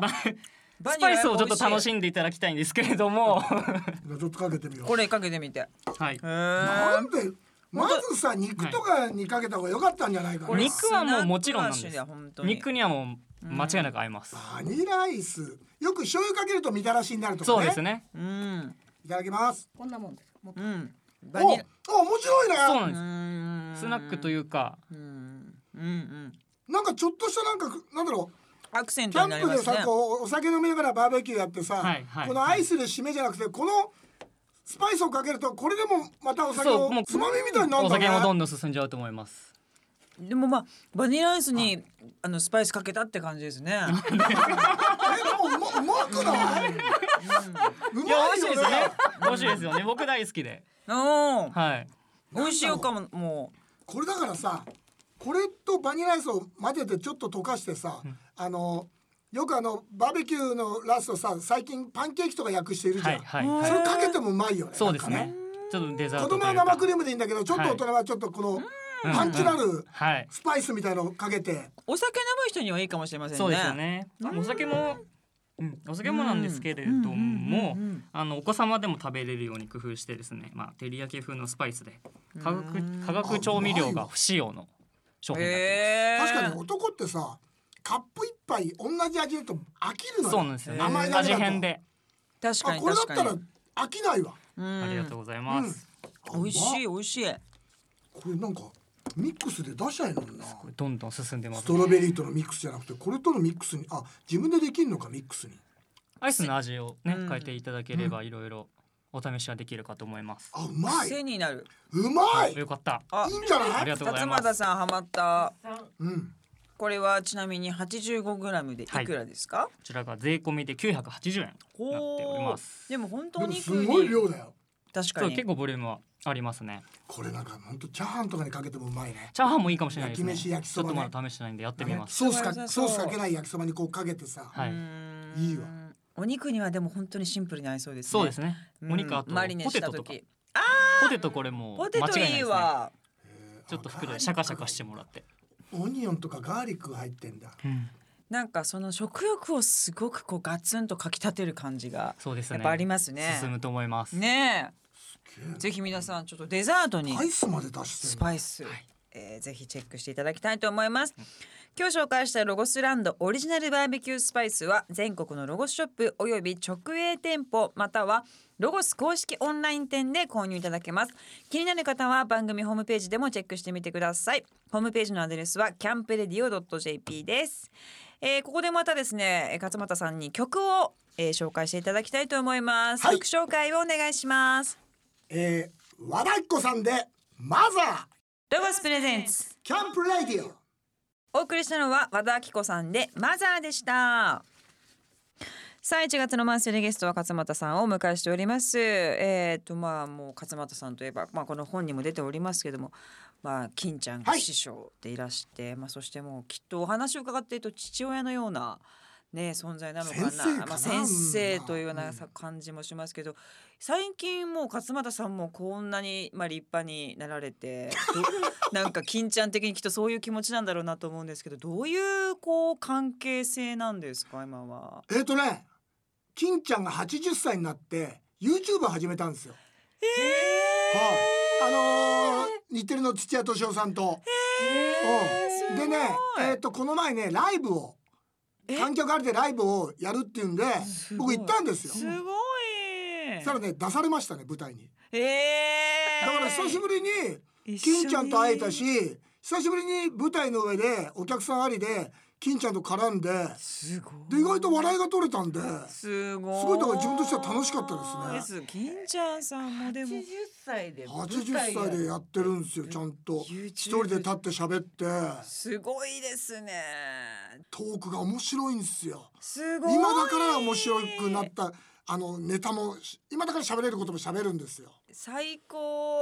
Speaker 1: バ
Speaker 4: スパイスをちょっと楽
Speaker 1: い。
Speaker 4: しんでいただきたいんですけれども、 <laughs> は
Speaker 2: ちょっとかけてみよう
Speaker 1: これかけてみて。へ
Speaker 4: い。
Speaker 1: ー
Speaker 2: なんでまずさ肉とかにかけた方が良かったんじゃないか
Speaker 1: こ
Speaker 2: な
Speaker 1: れ
Speaker 4: 肉はもうもちろんなんです
Speaker 1: スナック菓子だ本当に
Speaker 4: 肉にはもう間違いなく合います。
Speaker 2: バニラアイスよく醤油かけるとみたらしになるとかね
Speaker 4: そうですね。
Speaker 1: うん
Speaker 2: いただきます
Speaker 3: こんなもんです。もう
Speaker 1: うん。
Speaker 2: お
Speaker 1: バ
Speaker 2: お
Speaker 1: ニ
Speaker 2: 面白いね
Speaker 4: そうな
Speaker 1: ラ。
Speaker 4: ん
Speaker 1: ん
Speaker 4: です。スナックというか、
Speaker 1: うんうんうん。
Speaker 2: なんかちょっとしたなんかなんだろう
Speaker 1: アクセン
Speaker 2: キ
Speaker 1: ト
Speaker 2: ャ
Speaker 1: にな
Speaker 2: ン
Speaker 1: り
Speaker 2: プ
Speaker 1: ま
Speaker 2: です
Speaker 1: ね
Speaker 2: さ。こうお酒飲みながらバーベキューやってさ、
Speaker 4: はいはい
Speaker 2: このアイスで締めじゃなくてこのスパイスをかけるとこれでもまたお酒
Speaker 4: そ
Speaker 2: を
Speaker 4: うもう
Speaker 2: つまみみたいになる
Speaker 4: お
Speaker 2: んだ
Speaker 4: 酒もど
Speaker 2: ね
Speaker 4: んどん進んじゃうと思います。
Speaker 1: でもまあバニラアイスにあのスパイスかけたって感じです
Speaker 4: <laughs>
Speaker 1: ね。
Speaker 2: えでもうまうまくない、う
Speaker 4: いや、美
Speaker 2: まい
Speaker 4: 味しい
Speaker 2: よ
Speaker 4: です
Speaker 2: ね
Speaker 4: よね。美味しいですよね。僕大好きで。
Speaker 1: おお、
Speaker 4: はい。
Speaker 1: 美味しいよかもも
Speaker 2: これだからさこれとバニラアイスを混ぜてちょっと溶かしてさ、あのよくあのバーベキューのラストさ最近パンケーキとか焼くしているじゃ
Speaker 4: は
Speaker 2: ん、
Speaker 4: いはいはい
Speaker 2: それかけてもうまいよね
Speaker 4: そうです
Speaker 2: なん
Speaker 4: ね
Speaker 2: か。
Speaker 4: ちょっとデザー
Speaker 2: 子
Speaker 4: トとい
Speaker 2: 供
Speaker 4: うか。
Speaker 2: は生クリームでいいんだけどちょっと大人はちょっとこのパンチのある
Speaker 4: はい。
Speaker 2: スパイスみたいのをかけて
Speaker 1: うお酒飲む人にはいいかもしれませんね。
Speaker 4: そうですよね。お酒も、うん、お酒もなんですけれども
Speaker 1: うんうんうんうん、
Speaker 4: あのお子様でも食べれるように工夫してですね、まあ照り焼き風のスパイスで化学化学調味料が不使用の商品になって
Speaker 1: へえ。
Speaker 2: 確かに男ってさカップ一杯同じ味だと飽きる
Speaker 4: ます。そ
Speaker 2: の
Speaker 4: うなん
Speaker 2: よ
Speaker 4: ですよね。
Speaker 2: 甘いだけだ
Speaker 4: 味
Speaker 2: と
Speaker 4: 変で。
Speaker 1: 確か
Speaker 2: あ
Speaker 1: に
Speaker 2: これだっ
Speaker 1: 確
Speaker 2: た
Speaker 1: からに。
Speaker 2: 飽きないわ
Speaker 1: うん
Speaker 4: ありがとうございます。
Speaker 1: 美味しい美味しい。
Speaker 2: これなんかミックスで出しゃいのにな
Speaker 4: これどんどん進んでま
Speaker 2: ス
Speaker 4: す
Speaker 2: ト。ロベリーとのミックスじゃなくてこれとのミックスにあ自分でできるのかミックスに
Speaker 4: アイスの味をね
Speaker 1: うん
Speaker 4: 変えていただければいろいろお試しはできるかと思います。
Speaker 2: あうまい
Speaker 1: 癖になる。
Speaker 2: うまいい
Speaker 4: よかった。
Speaker 1: あ
Speaker 2: いんじゃ
Speaker 4: あ
Speaker 2: な
Speaker 4: り
Speaker 2: い
Speaker 4: がとうござい
Speaker 1: 勝
Speaker 4: ます。
Speaker 1: 俣さんハマった。
Speaker 2: うん
Speaker 1: これはちなみに85グラムでいくらですか？
Speaker 4: こちらが税込みで980円になっており
Speaker 1: ほう
Speaker 4: ます。
Speaker 1: でも本当
Speaker 2: で
Speaker 1: お
Speaker 2: も
Speaker 1: 肉に
Speaker 2: すごい量だよ
Speaker 1: 確
Speaker 4: そ
Speaker 1: か
Speaker 4: う
Speaker 1: に
Speaker 4: 結。構ボリュームはありますね。
Speaker 2: これなんかほんとチャーハンとかにかけてもうまいね
Speaker 4: チャーハンもいいかもしれないですね。
Speaker 2: 焼き飯焼きそばね
Speaker 4: ちょっとまだ試してないんでやってみます。
Speaker 2: ソー
Speaker 1: そ
Speaker 2: ス
Speaker 1: れは良さ
Speaker 2: か
Speaker 1: そ
Speaker 2: ソ
Speaker 1: う。
Speaker 2: ースかけない焼きそばにこうかけてさ、
Speaker 4: はいう
Speaker 1: ーん
Speaker 2: いいわ。
Speaker 1: お肉にはでも本当にシンプルに合いそうですね。
Speaker 4: そうですね。
Speaker 1: うん。
Speaker 4: お肉あと
Speaker 1: マリネ
Speaker 4: ポ
Speaker 1: し
Speaker 4: テ
Speaker 1: た
Speaker 4: トとか。
Speaker 1: 時。
Speaker 4: ポテトこれもう
Speaker 1: ポ
Speaker 4: 間違い
Speaker 1: テ
Speaker 4: ない
Speaker 1: ト
Speaker 4: です
Speaker 1: いい
Speaker 4: ね。
Speaker 1: わ。
Speaker 2: えー
Speaker 4: ちょっと袋でシャカシャカしてもらって。
Speaker 2: オニオンとかガーリックが入ってんだ
Speaker 4: うん
Speaker 1: なんかその食欲をすごくこうガツンとかきたてる感じが
Speaker 4: そうですね。
Speaker 1: やっぱありますね。
Speaker 4: 進むと思います。
Speaker 1: ね
Speaker 2: すげえ
Speaker 1: え、ぜひ皆さんちょっとデザートに
Speaker 2: アイスまで出して
Speaker 1: ス
Speaker 2: んだ
Speaker 1: パイス、
Speaker 4: はい
Speaker 1: えーぜひチェックしていただきたいと思います。今日紹介したロゴスランドオリジナルバーベキュースパイスは全国のロゴスショップおよび直営店舗またはロゴス公式オンライン店で購入いただけます気になる方は番組ホームページでもチェックしてみてくださいホームページのアドレスはキャンプレディオ .jp です、えーここでまたですねえー勝俣さんに曲を、えー紹介していただきたいと思います、
Speaker 2: はい
Speaker 1: 曲紹介をお願いします
Speaker 2: えー、和田っ子さんでマザー
Speaker 1: ロゴスプレゼンツ
Speaker 2: キャンプレディオ
Speaker 1: お送りしたのは和田アキ子さんでマザーでしたさあ1月のマンスリーゲストは勝俣さんをお迎えしておりますえっ、とまあもう勝俣さんといえばまあこの本にも出ておりますけどもまあ金ちゃんが
Speaker 2: はい
Speaker 1: 師匠でいらして、まあそしてもうきっとお話を伺っていると父親のようなね存在なのかな
Speaker 2: 先生かな
Speaker 1: まあ、先生というよう
Speaker 2: う
Speaker 1: なんさ感じもしますけど、最近もう勝俣さんもこんなにまあ立派になられてど
Speaker 2: <laughs>
Speaker 1: なんか金ちゃん的にきっとそういう気持ちなんだろうなと思うんですけどどういうこう関係性なんですか今は。
Speaker 2: えっ、とね金ちゃんが80歳になって YouTube を始めたんですよ
Speaker 1: え
Speaker 2: はい、あのー、日テレの土屋敏夫さんと、
Speaker 1: えー
Speaker 2: うん
Speaker 1: すごい
Speaker 2: でね、えっとこの前ねライブを
Speaker 1: え
Speaker 2: 観客ありでライブをやるっていうんです
Speaker 1: ご
Speaker 2: 僕
Speaker 1: い
Speaker 2: 行ったんですよ
Speaker 1: すごい
Speaker 2: そしたらね出されましたね舞台に
Speaker 1: ええ
Speaker 2: だから久しぶりに
Speaker 1: り
Speaker 2: 金ちゃんと会えたし久しぶりに舞台の上でお客さんありで金ちゃんと絡んです
Speaker 1: ごい
Speaker 2: で意外と笑いが取れたんです
Speaker 1: ごい
Speaker 2: すごいだから自分としては楽しかったです
Speaker 1: ね金ちゃんさんもでも
Speaker 3: 80歳で舞
Speaker 2: 80
Speaker 3: 台や
Speaker 2: 歳でやってるんですよちゃんと
Speaker 1: YouTube
Speaker 2: 一人で立って喋って
Speaker 1: すごいですね
Speaker 2: トークが面白いんですよ
Speaker 1: すごい
Speaker 2: 今だから面白くなったあのネタも今だから喋れることも喋るんですよ
Speaker 1: 最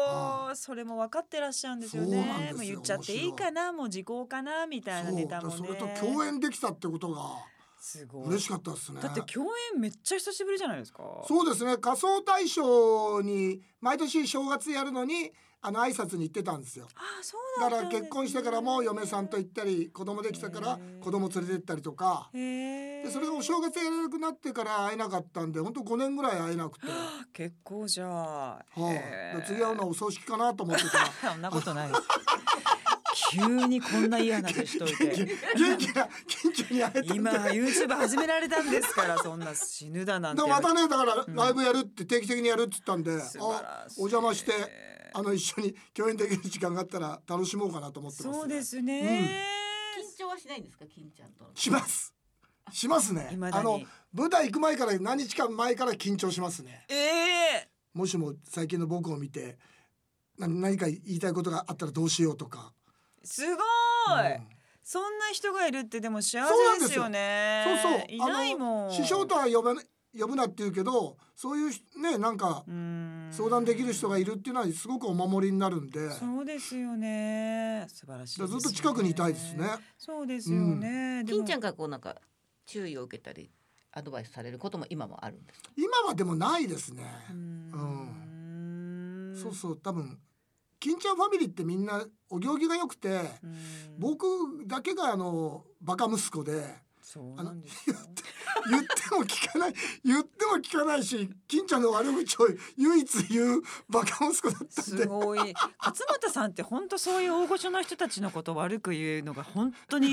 Speaker 2: あ
Speaker 1: 高それも分かってらっしゃるんですよね
Speaker 2: そうなんですよ
Speaker 1: もう言っちゃっていいかなもう時効かなみたいな
Speaker 2: そう
Speaker 1: ネ
Speaker 2: だ
Speaker 1: タ
Speaker 2: から
Speaker 1: も
Speaker 2: そ
Speaker 1: ね
Speaker 2: れと共演できたってことが
Speaker 1: すごい
Speaker 2: 嬉しかったですね
Speaker 1: だって共演めっちゃ久しぶりじゃないですか
Speaker 2: そうですね仮装大賞に毎年正月やるのにあの挨拶に行ってたんですよ
Speaker 1: あそうな
Speaker 2: だ
Speaker 1: んだ
Speaker 2: から結婚してからも嫁さんと行ったり子供できたから子供連れて行ったりとか
Speaker 1: へえ
Speaker 2: でそれがお正月やらなくなってから会えなかったんで本当5年ぐらい会えなくて、は
Speaker 1: 結構じゃあ、
Speaker 2: あだから次会うのはお葬式かなと思ってた
Speaker 1: <laughs>
Speaker 2: ら
Speaker 1: そんなことないです急にこんな嫌な話しといて
Speaker 2: <laughs> 元気な緊張に会えたん
Speaker 1: 今
Speaker 2: で
Speaker 1: YouTube 始められたんですからそんな死ぬだなん
Speaker 2: で
Speaker 1: て
Speaker 2: もまたねだからライブやるって定期的にやるって言ったんで、
Speaker 1: 素晴
Speaker 2: あ
Speaker 1: らしい
Speaker 2: お邪魔してあの一緒に共演できる時間があったら楽しもうかなと思ってます、
Speaker 1: そうですね、
Speaker 3: 緊張はしないんですか金ちゃんとの
Speaker 2: しますしますね
Speaker 1: 未だに
Speaker 2: あの舞台行く前から何日間前から緊張しますね
Speaker 1: ええ
Speaker 2: もしも最近の僕を見てな何か言いたいことがあったらどうしようとか、
Speaker 1: すごい、
Speaker 2: うん
Speaker 1: そんな人がいるってでも幸
Speaker 2: そうなん
Speaker 1: せで
Speaker 2: で
Speaker 1: すす
Speaker 2: よ
Speaker 1: よね
Speaker 2: そうそう
Speaker 1: いないも
Speaker 2: あ
Speaker 1: ん
Speaker 2: の師匠とは呼ばな呼ぶなって言うけどそういうひねなんか
Speaker 1: うん
Speaker 2: 相談できる人がいるっていうのはすごくお守りになるんで、
Speaker 1: そうですよね素晴らしい
Speaker 2: だ
Speaker 1: で
Speaker 2: か
Speaker 1: すね、
Speaker 2: らずっと近くにいたいですね。
Speaker 1: そうですよね、でも
Speaker 3: 金ちゃんからこうなんか注意を受けたりアドバイスされることも今もあるんですか
Speaker 2: 今はでもないですね、
Speaker 1: うん
Speaker 2: そうそう多分金ちゃんファミリーってみんなお行儀が良くて、
Speaker 1: うん
Speaker 2: 僕だけがあのバカ息子で
Speaker 1: そうなんですよ
Speaker 2: 言っても聞かない言っても聞かないし金ちゃんの悪口を唯一言うバカ息子だったん
Speaker 1: す
Speaker 2: で
Speaker 1: ごい勝俣さんって本当そういう大御所の人たちのことを悪く言うのが本当
Speaker 2: <laughs>
Speaker 1: に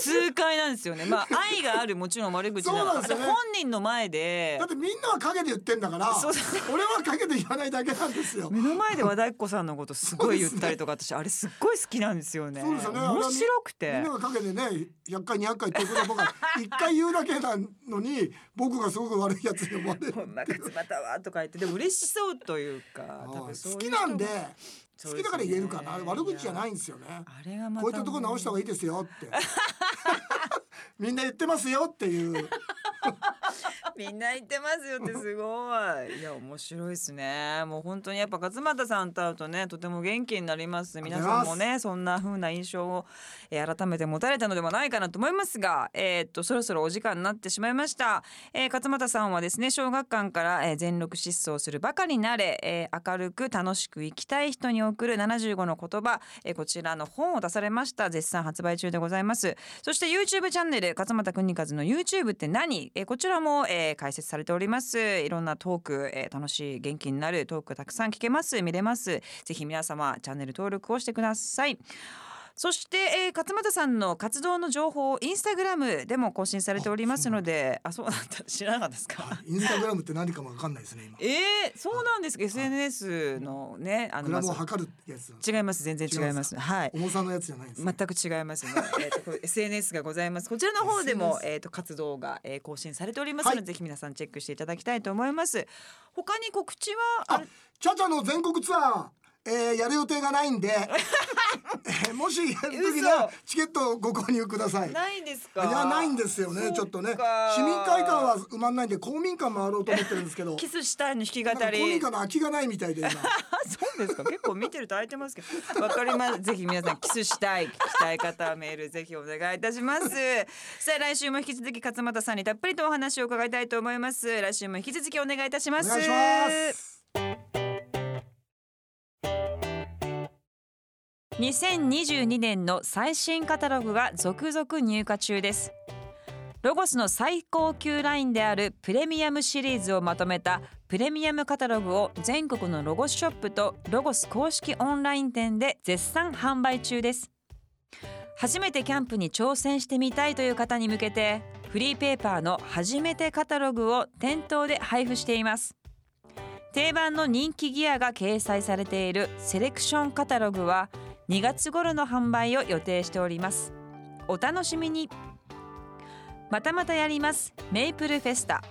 Speaker 1: 痛快なんですよねまあ愛があるもちろん悪口な
Speaker 2: そうなんですよね
Speaker 1: 本人の前で
Speaker 2: だってみんなは陰で言ってんだから
Speaker 1: そうそう
Speaker 2: 俺は陰で言わないだけなんですよ。
Speaker 1: 目の前で和田アキ子さんのことすごい言ったりとか、私あれすっごい好きなんですよね
Speaker 2: そうですよね
Speaker 1: 面白く
Speaker 2: みん
Speaker 1: て
Speaker 2: なが陰でね100回200回っていうことを僕は1
Speaker 1: <laughs>
Speaker 2: 回言うだけなのに僕がすごく悪いやつに思われる
Speaker 1: こんな勝俣はとか言ってでも嬉しそうというか多分そうい
Speaker 2: 好
Speaker 1: う
Speaker 2: き
Speaker 1: 人
Speaker 2: なんで
Speaker 1: そう
Speaker 2: 好
Speaker 1: ですね
Speaker 2: きだから言えるからなあれ悪口じゃないいんですよね
Speaker 1: や。あれがまた
Speaker 2: こういったところ直した方がいいですよって <laughs> みんな言ってますよっていう
Speaker 1: <laughs> みんな言ってますよってすごい。いや面白いですね。もう本当にやっぱ勝俣さんと会うとねとても元気になります。皆さんもねそんな風な印象を、えー改めて持たれたのではないかなと思いますが、えーっとそろそろお時間になってしまいました。えー勝俣さんはですね小学館から、えー全力疾走するばかりなれ、えー明るく楽しく生きたい人に送る75の言葉、えーこちらの本を出されました絶賛発売中でございますそして YouTube チャンネル勝俣邦和の YouTube って何、えーこちらも、えー解説されておりますいろんなトーク、えー楽しい元気になるトークたくさん聞けます見れますぜひ皆様チャンネル登録をしてくださいそして、えー勝俣さんの活動の情報をインスタグラムでも更新されておりますのであそうなんだ知らなかったですか
Speaker 2: <laughs> インスタグラムって何かもわかんないですね今。
Speaker 1: ええそうなんですか。SNS のね、あの、
Speaker 2: グラムを
Speaker 1: まあ
Speaker 2: 測るやつ
Speaker 1: そう違います。全然違います。はい。
Speaker 2: 重さのやつじゃないんですね
Speaker 1: 全く違い
Speaker 2: <laughs>
Speaker 1: ますね。えっと、これ SNS がございます。こちらの方でも、えっと、活動が、えー更新されておりますので、
Speaker 2: はい
Speaker 1: ぜひ皆さんチェックしていただきたいと思います。他に告知は、あ
Speaker 2: あチャチャの全国ツアー、えーやる予定がない
Speaker 1: <laughs>
Speaker 2: んで、えーもしやる時には
Speaker 1: 嘘
Speaker 2: チケットをご購入ください。い
Speaker 1: ないんですか。
Speaker 2: やないんですよねちょっとね
Speaker 1: そうか
Speaker 2: 市民会館は埋まんないんで公民館回ろうと思ってるんです
Speaker 1: <laughs>
Speaker 2: けど
Speaker 1: キスしたいの弾き語
Speaker 2: なんか公民
Speaker 1: り
Speaker 2: 館。の空きがないみたいで今
Speaker 1: <laughs> あ、そうですか。結構見てると空いてますけど。わかります。ぜひ皆さんキスしたい、聞きたい方はメールぜひお願いいたします。さあ、来週も引き続き勝俣さんにたっぷりとお話を伺いたいと思います。来週も引き続きお願いいたしま
Speaker 2: お
Speaker 1: す。
Speaker 2: 願いします。
Speaker 1: 2022年の最新カタログが続々入荷中ですロゴスの最高級ラインであるプレミアムシリーズをまとめたプレミアムカタログを全国のロゴスショップとロゴス公式オンライン店で絶賛販売中です初めてキャンプに挑戦してみたいという方に向けてフリーペーパーの初めてカタログを店頭で配布しています定番の人気ギアが掲載されているセレクションカタログは2月頃の販売を予定しておりますお楽しみにまたまたやりますメイプルフェスタ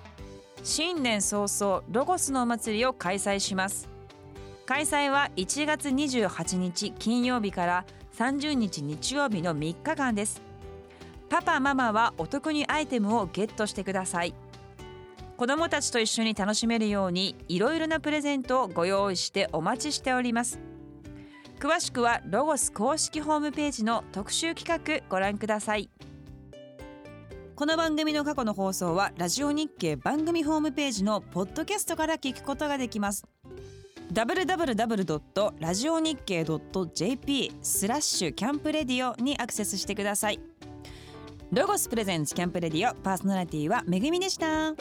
Speaker 1: 新年早々ロゴスのお祭りを開催します開催は1月28日金曜日から30日日曜日の3日間ですパパママはお得にアイテムをゲットしてください子どもたちと一緒に楽しめるようにいろいろなプレゼントをご用意してお待ちしております詳しくはロゴス公式ホームページの特集企画ご覧くださいこの番組の過去の放送はラジオ日経番組ホームページのポッドキャストから聞くことができます www.radionickei.jp スラッシュキャンプレディオにアクセスしてくださいロゴスプレゼンツキャンプレディオパーソナリティはめぐみでした